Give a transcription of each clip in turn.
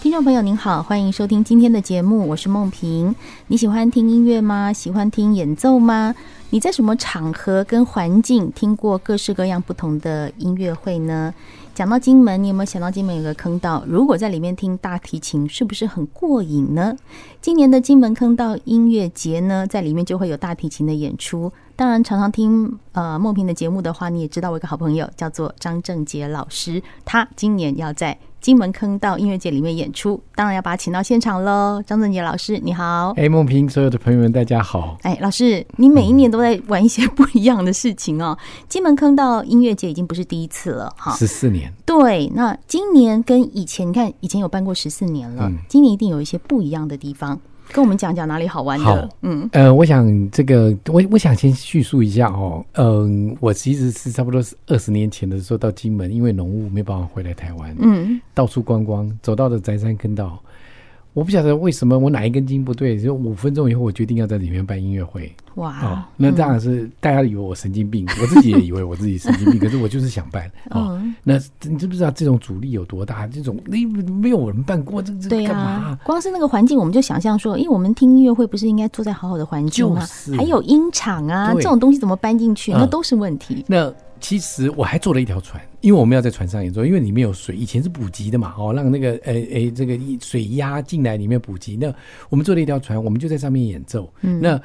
听众朋友您好，欢迎收听今天的节目，我是梦萍。你喜欢听音乐吗？喜欢听演奏吗？你在什么场合跟环境听过各式各样不同的音乐会呢？讲到金门，你有没有想到金门有个坑道？如果在里面听大提琴，是不是很过瘾呢？今年的金门坑道音乐节呢，在里面就会有大提琴的演出。当然，常常听呃梦萍的节目的话，你也知道我一个好朋友叫做张正杰老师，他今年要在金门坑道音乐节里面演出，当然要把他请到现场喽。张正杰老师，你好。哎，梦萍，所有的朋友们，大家好。哎，老师，你每一年都在玩一些不一样的事情哦。嗯金门坑道音乐节已经不是第一次了哈，十四年，对，那今年跟以前，你看以前有办过十四年了，嗯今年一定有一些不一样的地方，跟我们讲讲哪里好玩的好。嗯，呃，我想这个，我我想先叙述一下哦，嗯、我其实是差不多是二十年前的时候到金门，因为农务没办法回来台湾，嗯，到处观光，走到了宅山坑道。我不晓得为什么我哪一根筋不对，就五分钟以后我决定要在里面办音乐会哇，哦，那嗯当然是大家以为我神 经病，我自己也以为我自己神经病，可是我就是想办哦。嗯，那你知不知道这种阻力有多大？这种那没有人办过，这这对干嘛、啊，光是那个环境，我们就想象说，因为我们听音乐会不是应该坐在好好的环境吗？啊就是还有音场啊，这对种东西怎么搬进去，嗯那都是问题。那其实我还做了一条船，因为我们要在船上演奏，因为里面有水，以前是补给的嘛，哦，让那个呃呃这个水压进来里面补给。那我们做了一条船，我们就在上面演奏。嗯那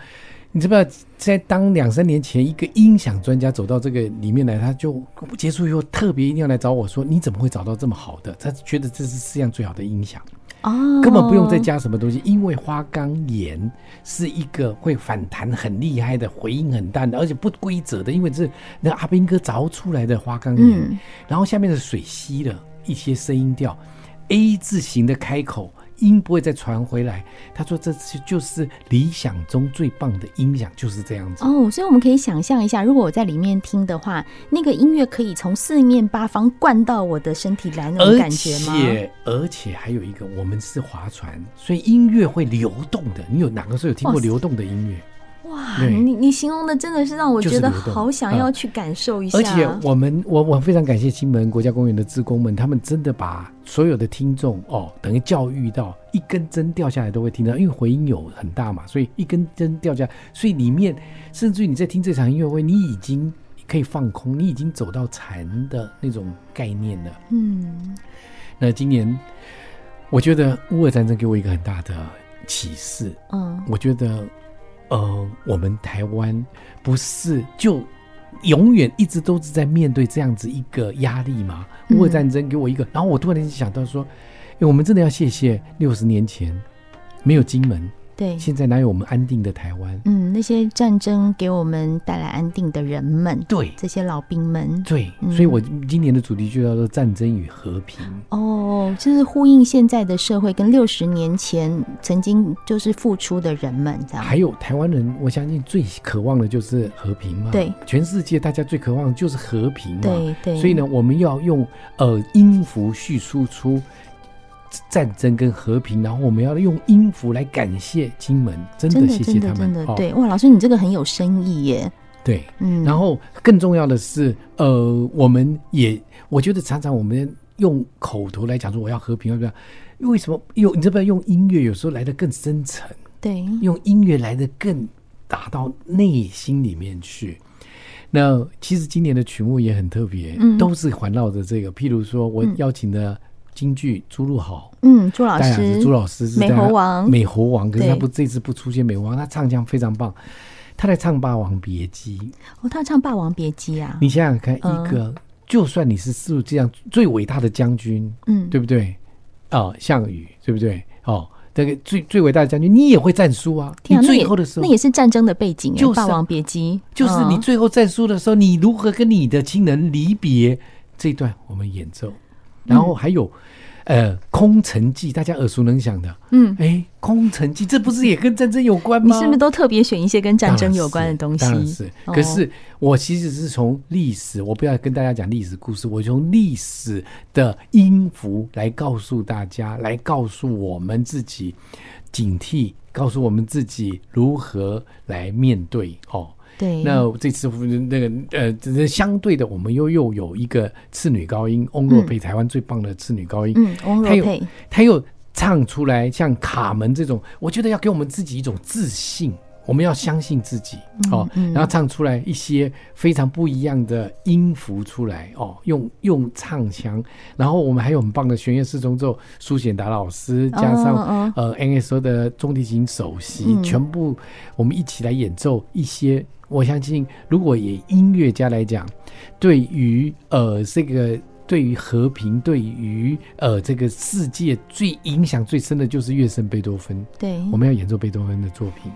你知不知道，在当两三年前，一个音响专家走到这个里面来，他就结束以后特别一定要来找我说，你怎么会找到这么好的？他觉得这是世界上最好的音响。哦，根本不用再。加什么东西，因为花岗岩是一个会反弹很厉害的、回音很大的，而且不规则的，因为这是那阿兵哥凿出来的花岗岩，嗯然后下面的水吸了一些声音调，A 字形的开口。音不会再传回来。他说：“这是就是理想中最棒的音响，就是这样子。哦，所以我们可以想象一下，如果我在里面听的话，那个音乐可以从四面八方灌到我的身体来，那种而感觉吗？且而且还有一个，我们是划船，所以音乐会流动的。你有哪个时候有听哇过塞流动的音乐？哇，对你你形容的真的是让我就是觉得流动好想要啊去感受一下。而且我们我我非常感谢金门国家公园的职工们，他们真的把所有的听众哦，等于教育到一根针掉下来都会听到，因为回音有很大嘛，所以一根针掉下来，所以里面甚至于你在听这场音乐会，你已经可以放空，你已经走到禅的那种概念了。嗯，那今年，我觉得乌俄战争给我一个很大的启示，嗯我觉得，呃，我们台湾不是就永远一直都是在面对这样子一个压力吗？嗯乌俄战争给我一个，然后我突然间想到说，哎，我们真的要谢谢六十年前没有金门，对，现在哪有我们安定的台湾？嗯，那些战争给我们带来安定的人们，对这些老兵们，对嗯，所以我今年的主题就叫做战争与和平。哦，这是呼应现在的社会跟六十年前曾经就是付出的人们，这样。还有台湾人，我相信最渴望的就是和平嘛。对，全世界大家最渴望的就是和平嘛。对对，所以呢，，我们要用呃音符叙述出战争跟和平，然后我们要用音符来感谢金门，真真的的谢谢真他的们。真的哦、对，哇，老师你这个很有深意耶，对嗯，然后更重要的是，呃，我们也我觉得常常我们用口头来讲说我要和平，要不要？为什么用你知不知道用音乐有时候来的更深沉？对，用音乐来的更打到内心里面去。那其实今年的曲目也很特别，嗯都是环绕着这个。譬如说，我嗯邀请的京剧朱露好。嗯，朱老戴老师，师，朱老师是美戴猴王美猴王，可是他对不这次不出现美猴王，他唱腔非常棒，他在唱《霸王别姬》。哦，他唱《霸王别姬》啊，你想想看，嗯一个就算你是世界上最伟大的将军，嗯，对不对？哦，项羽，对不对？哦，这个最最伟大的将军，你也会战输啊！你天啊，那最也后的时候，那也是战争的背景耶，就是霸啊王别姬》就是你嗯最后战书的时候，你如何跟你的亲人离别这一段，我们演奏，然后还有，呃《空城计》，大家耳熟能详的。嗯，哎，《空城计》这不是也跟战争有关你吗？是不是都特别选一些跟战争有关的东西？当然是，哦可是我其实是从历史，我不要跟大家讲历史故事，我从历史的音符来告诉大家，来告诉我们自己警惕，告诉我们自己如何来面对哦。对，那这次那个呃，只是相对的，我们又又有一个次女高音翁若佩，台湾最棒的次女高音，嗯，翁若她有佩，他又唱出来像卡门这种，我觉得要给我们自己一种自信，我们要相信自己哦，嗯然后唱出来一些非常不一样的音符出来哦，用用唱腔，然后我们还有很棒的弦乐四重奏，苏显达老师加上、哦哦呃 NSO 的中提琴首席，嗯全部我们一起来演奏一些。我相信，如果以音乐家来讲，对于呃这个。对于和平，对于呃这个世界最影响最深的就是乐圣贝多芬。对，我们要演奏贝多芬的作品，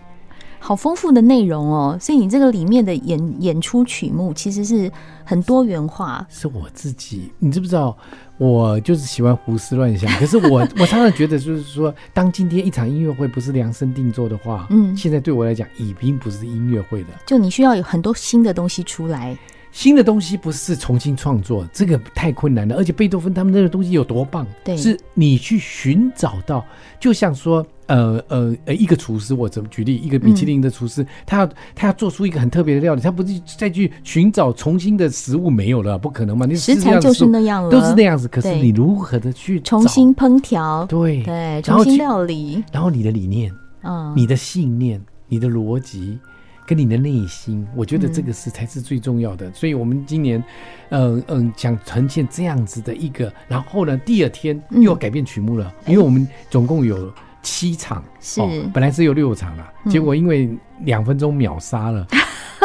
好丰富的内容哦。所以你这个里面的演演出曲目其实是很多元化，是我自己。你知不知道？我就是喜欢胡思乱想。可是 我我常常觉得，就是说，当今天一场音乐会不是量身定做的话，嗯现在对我来讲已经不是音乐会了。就你需要有很多新的东西出来。新的东西不是重新创作，这个太困难了。而且贝多芬他们那个东西有多棒，对是你去寻找到，就像说。呃呃呃，一个厨师，我怎么举例？一个米其林的厨师，嗯他要他要做出一个很特别的料理，他不是再去寻找重新的食物没有了，不可能嘛？你食世界材上的就是食物那样了，都是那样子，可是对你如何的去找重新烹调，对，对，然重后新去料理，然后你的理念、嗯，你的信念、你的逻辑跟你的内心，我觉得嗯这个是才是最重要的。所以我们今年，嗯、嗯、想呈现这样子的一个，然后呢，第二天嗯哎又要改变曲目了，因为我们总共有七场，哦是本来是有六场啦，嗯结果因为两分钟秒 杀了。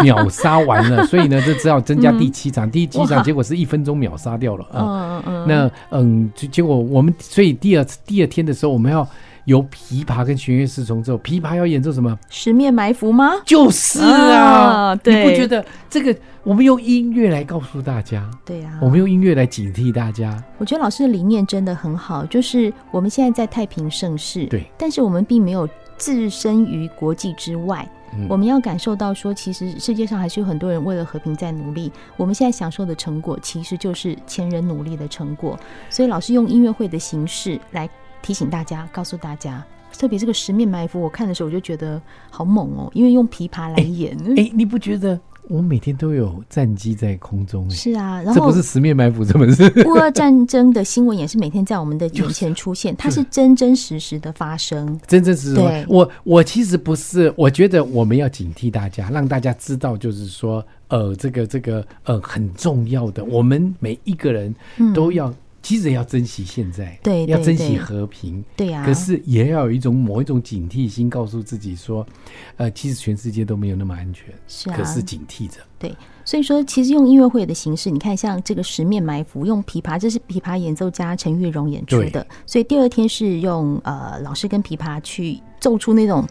秒杀完了，所以呢，就只好增加第七场。第七嗯哇场结果是一分钟秒杀掉了啊！嗯嗯嗯，那嗯，结结果我们所以第二第二天的时候，我们要由琵琶跟弦乐四重奏，琵琶要演奏什么？十面埋伏吗？就是啊啊，对你不觉得这个？我们用音乐来告诉大家，对呀、我们用音乐来警惕大家。我觉得老师的理念真的很好，就是我们现在在太平盛世，对，但是我们并没有置身于国际之外，嗯我们要感受到说，其实世界上还是有很多人为了和平在努力。我们现在享受的成果，其实就是前人努力的成果。所以老师用音乐会的形式来提醒大家，告诉大家。特别这个十面埋伏，我看的时候我就觉得好猛哦，因为用琵琶来演，哎，你不觉得我每天都有战机在空中？哎，是啊，然这后不是十面埋伏，这不是 乌俄战争的新闻也是每天在我们的眼前出现，它是真真实实的发生。真正是什么对？我我其实不是，我觉得我们要警惕大家，让大家知道，就是说，呃，这个这个呃很重要的，我们每一个人都要，其实要珍惜现在，嗯对要对珍对惜和平，对啊呀、可是也要有一种某一种警惕心，告诉自己说，呃，其实全世界都没有那么安全，是啊可是警惕着。对，所以说其实用音乐会的形式，你看像这个十面埋伏用琵琶，这是琵琶演奏家陈玉荣演出的，所以第二天是用呃老师跟琵琶去奏出那种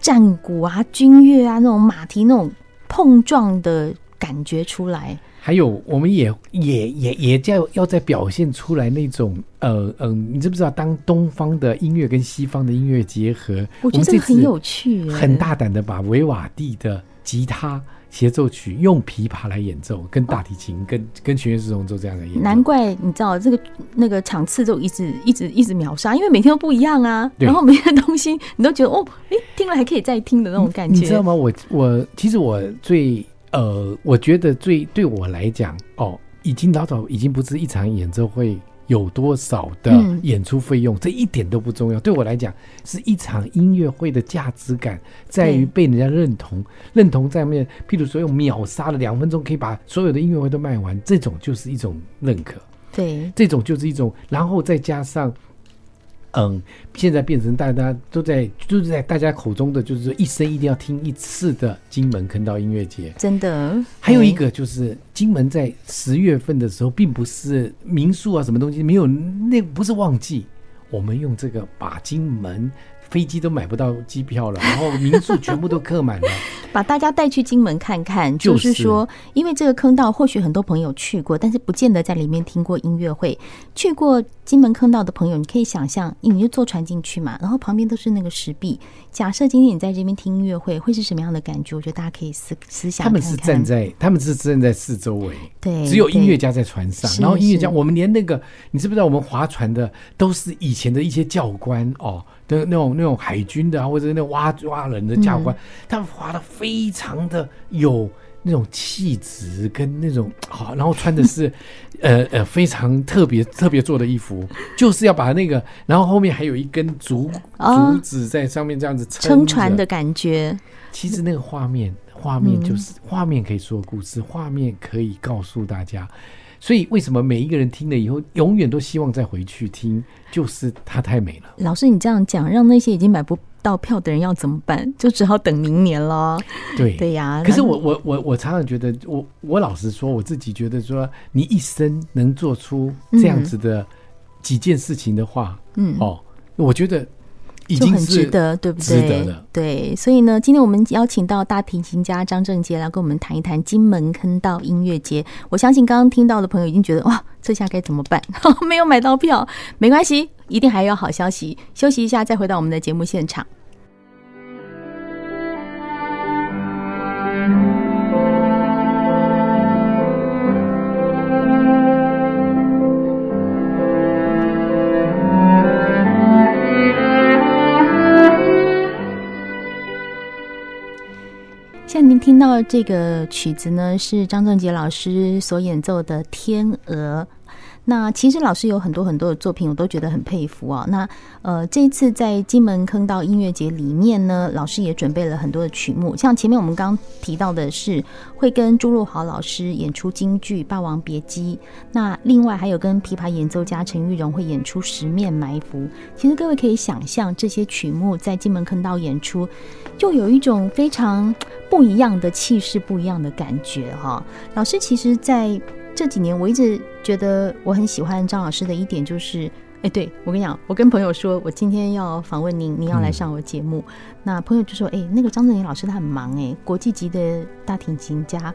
战鼓啊、军乐啊那种马蹄那种碰撞的感觉出来。还有，我们也也也也在要在表现出来那种，呃嗯、你知不知道，当东方的音乐跟西方的音乐结合，我觉得们这个这很次有趣耶，很大胆的把维瓦蒂的吉他协奏曲用琵琶来演奏，跟大提琴、跟跟弦乐四重奏这样的演奏。难怪你知道这个那个场次都一直一直一直秒杀，因为每天都不一样啊。对然后每个东西你都觉得哦，诶，听了还可以再听的那种感觉。你知道吗？我我其实我最呃，我觉得最对我来讲哦，已经老早已经不是一场演奏会有多少的嗯演出费用，这一点都不重要。对我来讲，是一场音乐会的价值感在对于被人家认同，认同在面，譬如说用秒杀的两分钟可以把所有的音乐会都卖完，这种就是一种认可。对，这种就是一种，然后再加上，嗯，现在变成大家都在就是在大家口中的，就是说一生一定要听一次的金门坑道音乐节。真的。还有一个就是金门在十月份的时候，并不是民宿啊什么东西没有，那不是旺季。我们用这个把金门飞机都买不到机票了，然后民宿全部都客满了，把大家带去金门看看，就就是是说，因为这个坑道或许很多朋友去过，但是不见得在里面听过音乐会。去过金门坑道的朋友，你可以想象，你就坐船进去嘛，然后旁边都是那个石壁。假设今天你在这边听音乐会，会是什么样的感觉？我觉得大家可以思思想他看们看。是站在，他们是站在四周围，对，只有音乐对家在船上，是然后音乐家，是我们连那个，你知不知道，我们划船的都是以前的一些教官哦的那种那种海军的啊，或者那种挖挖人的教嗯官，他们划的非常的有。那种气质跟那种好，然后穿 的是，呃呃非常特别特别做的衣服，就是要把那个，然后后面还有一根竹哦竹子在上面这样子撑撑着船的感觉。其实那个画面，画面嗯就是、画面可以说故事，画面可以告诉大家。所以为什么每一个人听了以后，永远都希望再回去听，就是它太美了。老师，你这样讲，让那些已经买不到票的人要怎么办？就只好等明年了。对。对呀、可是然后我我我我常常觉得，我我老实说，我自己觉得说，你一生能做出这样子的几件事情的话，嗯哦，我觉得已就经很是值得，对不对？值得的对，所以呢，今天我们邀请到大提琴家张正杰来跟我们谈一谈金门坑道音乐节。我相信刚刚听到的朋友已经觉得哇，这下该怎么办？ 没有买到票，没关系，一定还有好消息。休息一下，再回到我们的节目现场。现在您听到这个曲子呢，是张正杰老师所演奏的《天鹅》。那其实老师有很多很多的作品，我都觉得很佩服啊。那呃，这一次在金门坑道音乐节里面呢，老师也准备了很多的曲目，像前面我们刚提到的是会跟朱露豪老师演出京剧《霸王别姬》，那另外还有跟琵琶演奏家陈玉荣会演出《十面埋伏》。其实各位可以想象，这些曲目在金门坑道演出，就有一种非常不一样的气势，不一样的感觉哈、老师，其实在这几年，我一直觉得我很喜欢张老师的一点就是。哎，对我跟你讲，我跟朋友说，我今天要访问您，您要来上我节目。那朋友就说，哎，那个张振宇老师他很忙，哎，国际级的大提琴家，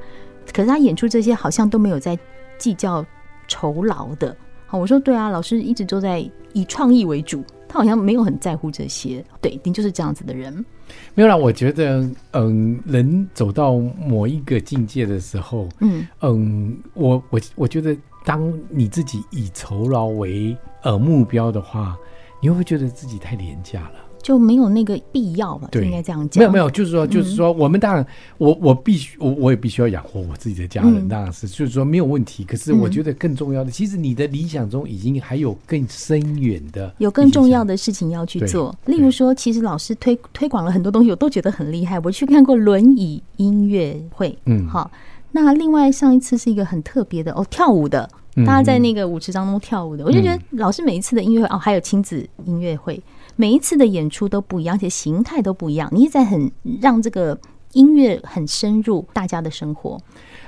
可是他演出这些好像都没有在计较酬劳的。好，我说对啊，老师一直都在以创意为主，他好像没有很在乎这些。对，您就是这样子的人。没有啦，我觉得，嗯，人走到某一个境界的时候，嗯，嗯，我我我觉得，当你自己以酬劳为呃目标的话，你会不会觉得自己太廉价了？就没有那个必要吧，对应该这样讲。没有没有，就是说，就是说，我们当然，我我必须，我我也必须要养活我自己的家人，嗯当然是，就是说没有问题。可是我嗯觉得更重要的，其实你的理想中已经还有更深远的，有更重要。的事情要去做，对例如说，其实老师推推广了很多东西，我都觉得很厉害。我去看过轮椅音乐会，嗯好。那另外上一次是一个很特别的哦，跳舞的，嗯大家在那个舞池当中跳舞的，我就觉得老师每一次的音乐会哦，还有亲子音乐会，每一次的演出都不一样，而且形态都不一样，你一直在很让这个音乐很深入大家的生活。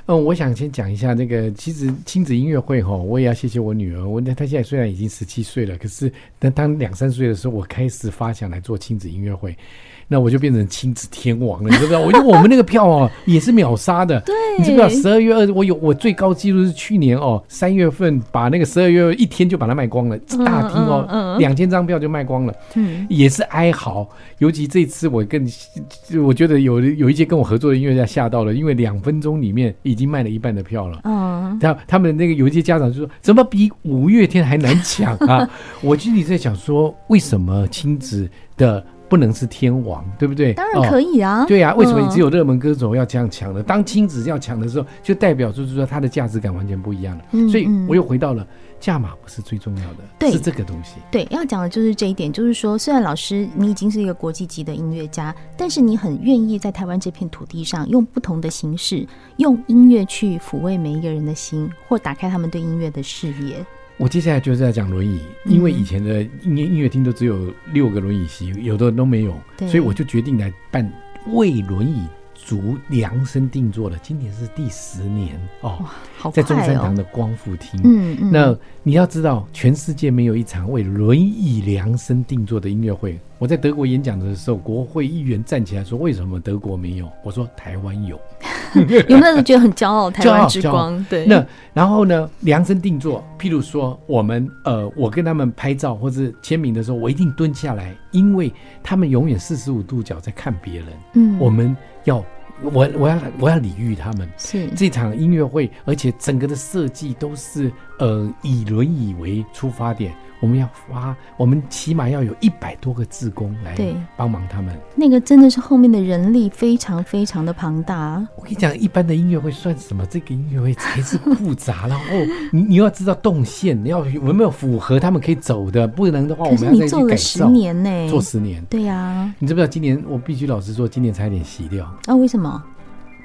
嗯，我想先讲一下那个，其实亲子音乐会哈，我也要谢谢我女儿。我她她现在虽然已经十七岁了，可是但当两三岁的时候，我开始发想来做亲子音乐会，那我就变成亲子天王了，你知不知道？我因为我们那个票哦也是秒杀的，对，你知不知道？十二月二，我有我最高纪录是去年哦三月份把那个十二月一天就把它卖光了，大厅嗯哦嗯两千张票就卖光了。嗯，也是哀嚎。尤其这次我更，我觉得有有一些跟我合作的音乐家吓到了，因为两分钟里面已经卖了一半的票了。嗯，他他们那个有一些家长就说，怎么比五月天还难抢啊？ 我心里在想说，为什么亲子的不能是天王，对不对？当然可以。以啊，对啊，为什么只有有热门歌手要这样抢呢？当亲子要抢的时候，就代表就是说它的价值感完全不一样了。嗯所以嗯我又回到了价码不是最重要对的，是这个东西。对，要讲的就是这一点，就是说，虽然老师你已经是一个国际级的音乐家，但是你很愿意在台湾这片土地上，用不同的形式，用音乐去抚慰每一个人的心，或打开他们对音乐的视野。我接下来就是在讲轮椅，嗯因为以前的音乐音乐厅都只有六个轮椅席，有的都没有，对所以我就决定来办为轮椅足量身定做的。今年是第十年哦，好快在哦，中山堂的光复厅。嗯嗯，那你要知道，全世界没有一场为轮椅量身定做的音乐会。我在德国演讲的时候，国会议员站起来说：“为什么德国没有？”我说：“台湾有。”有没有人觉得很骄 傲？台骄傲湾之骄傲光，对，那然后呢，量身定做。譬如说，我们呃，我跟他们拍照或者签名的时候，我一定蹲下来，因为他们永远四十五度角在看别人。嗯，我们要，我我要我要礼遇他们。是这场音乐会，而且整个的设计都是呃以轮椅为出发点，我们要发，我们起码要有一百多个志工来对帮忙他们。那个真的是后面的人力非常非常的庞大，我跟你讲，一般的音乐会算什么？这个音乐会才是复杂，然后你你要知道动线，你要有没有符合他们可以走的，不能的话我可是们你要再做去改了十造。年呢、做十年，对呀、啊，你知不知道？今年我必须老实说，今年差一点洗掉，为什么？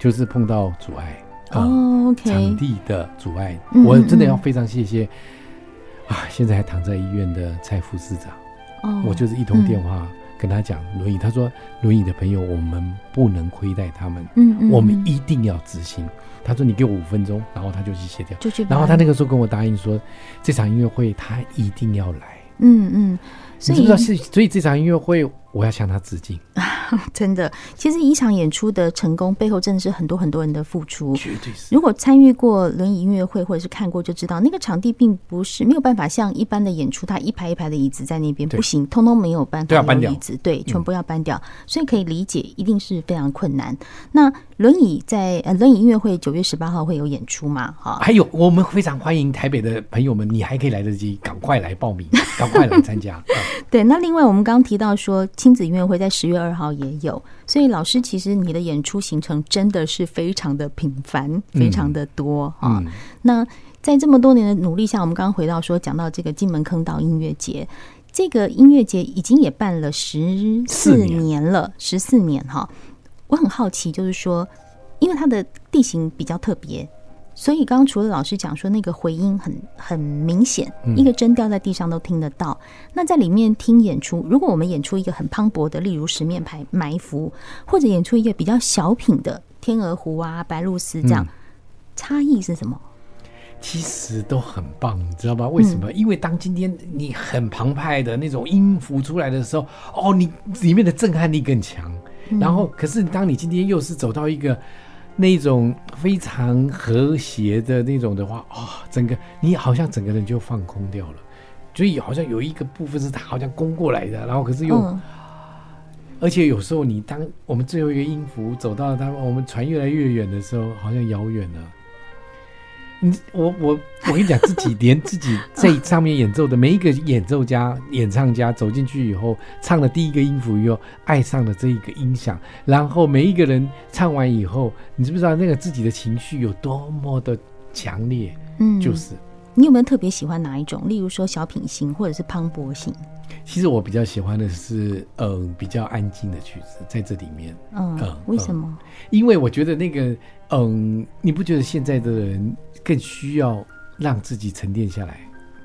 就是碰到阻碍啊。哦场，OK，地的阻碍，嗯我真的要嗯嗯非常谢谢啊！现在还躺在医院的蔡副市长，哦，我就是一通电话跟他讲轮椅，他说轮椅的朋友我们不能亏待他们，嗯嗯，我们嗯一定要执行。他说你给我五分钟，然后他就去协调。就去把，然后他那个时候跟我答应说，这场音乐会他一定要来。嗯嗯，所你知不以知道是？所以这场音乐会我要向他致敬，真的，其实一场演出的成功背后真的是很多很多人的付出。绝对是。如果参与过轮椅音乐会或者是看过，就知道那个场地并不是没有办法像一般的演出，它一排一排的椅子在那边对不行，通通没有办都法要搬有掉嗯椅子，对，全部要搬掉，所以可以理解，一定是非常困难。那轮椅在呃轮椅音乐会九月十八号会有演出嘛？哈，还有，我们非常欢迎台北的朋友们，你还可以来得及，赶快来报名，赶快来参加。嗯对。那另外我们刚刚提到说亲子音乐会在十月二号也有，所以老师其实你的演出行程真的是非常的频繁，非常的多哈。嗯，那在这么多年的努力下，我们刚刚回到说讲到这个金门坑道音乐节，这个音乐节已经也办了十四年了，十四年哈。我很好奇，就是说，因为它的地形比较特别，所以刚刚除了老师讲说那个回音很很明显，嗯一个针掉在地上都听得到。那在里面听演出，如果我们演出一个很磅礴的，例如十面牌埋伏，或者演出一个比较小品的天鹅湖啊、白鹭鸶这嗯样，差异是什么？其实都很棒，你知道吗？为什么？因为当今天你很澎湃的那种音符出来的时候，哦，你里面的震撼力更强。然后，可是当你今天又是走到一个那种非常和谐的那种的话，哦，整个你好像整个人就放空掉了。所以好像有一个部分是他好像攻过来的，然后可是又、嗯，而且有时候你当我们最后一个音符走到他我们船越来越远的时候，好像遥远了。你我我我跟你讲，自己连自己在上面演奏的每一个演奏家、演唱家走进去以后，唱了第一个音符以后，爱上了这一个音响，然后每一个人唱完以后，你知不知道那个自己的情绪有多么的强烈？嗯，就是，你有没有特别喜欢哪一种？例如说小品型或者是磅礴型？其实我比较喜欢的是，嗯、比较安静的曲子，在这里面。嗯，嗯为什么？因为我觉得那个，嗯，你不觉得现在的人更需要让自己沉淀下来，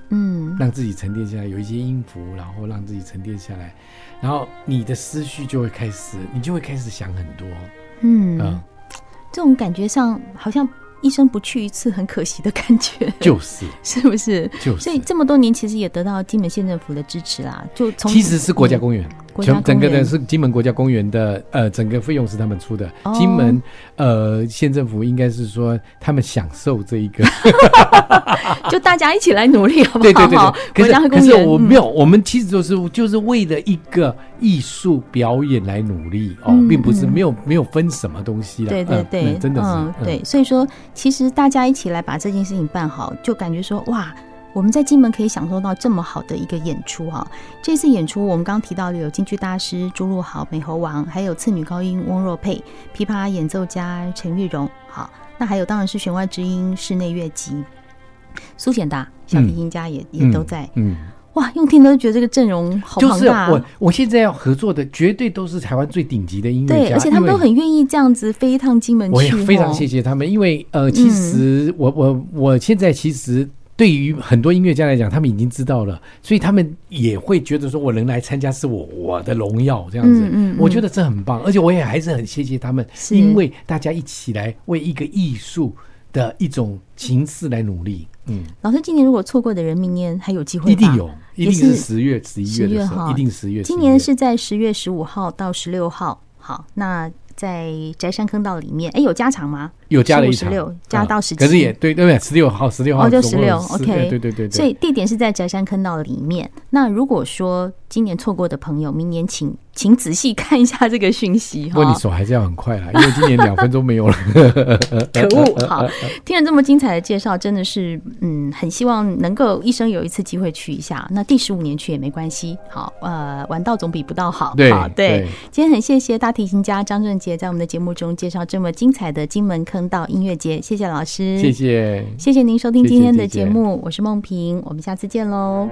嗯让自己沉淀下来，有一些音符，然后让自己沉淀下来，然后你的思绪就会开始，你就会开始想很多，嗯嗯，这种感觉上好像一生不去一次很可惜的感觉， 就是是不是？就是，所以这么多年其实也得到金门县政府的支持啦，就从其实是国家公园，国家全整公个园的是金门国家公园的，呃，整个费用是他们出的。哦金门呃县政府应该是说他们享受这一个，就大家一起来努力，好不好？对对对好对。可国家是公可园是我嗯没有，我们其实就是就是为了一个艺术表演来努力哦嗯，并不是嗯没有没有分什么东西的。对对嗯对，嗯真的嗯是，对，所以说其实大家一起来把这件事情办好，就感觉说哇。我们在金门可以享受到这么好的一个演出哈、这次演出我们刚提到的有京剧大师朱露豪、美猴王，还有次女高音翁若佩，琵琶演奏家陈玉荣，好，那还有当然是弦外之音室内乐集，苏显达小提琴家也、也都在。嗯嗯。嗯哇，用听都觉得这个阵容好就庞是大、啊，我，我现在要合作的绝对都是台湾最顶级的音乐家，对，而且他们因为都很愿意这样子飞一趟金门去、哦，嗯我也非常谢谢他们，因为呃，其实我我我现在其实对于很多音乐家来讲，他们已经知道了，所以他们也会觉得说，我能来参加是我我的荣耀这样子。嗯嗯嗯我觉得这很棒，而且我也还是很谢谢他们，是因为大家一起来为一个艺术的一种形式来努力。嗯，老师，今年如果错过的人，明年还有机会吧？一定有，一定也是是十月、十一10月月的时哈候，一定十月。今11年月是在十月十五号到十六号，好，那在宅山坑道里面，哎，有加场吗？有加了一场， 15 16加到嗯17可是也对对不对？十六号，十六号哦就总共有16四哎 OK 对对对对对。所以地点是在宅山坑道里面。那如果说今年错过的朋友，明年请请仔细看一下这个讯息不过哈你。手还是要很快啦，因为今年两分钟没有了。可恶！好，听了这么精彩的介绍，真的是嗯，很希望能够一生有一次机会去一下。那第十五年去也没关系。好，呃，玩到总比不到好。对好对对。今天很谢谢大提琴家张正杰在我们的节目中介绍这么精彩的金门坑道音乐节，谢谢老师，谢谢。谢谢您收听谢谢今天的谢节谢目，我是梦萍，我们下次见喽。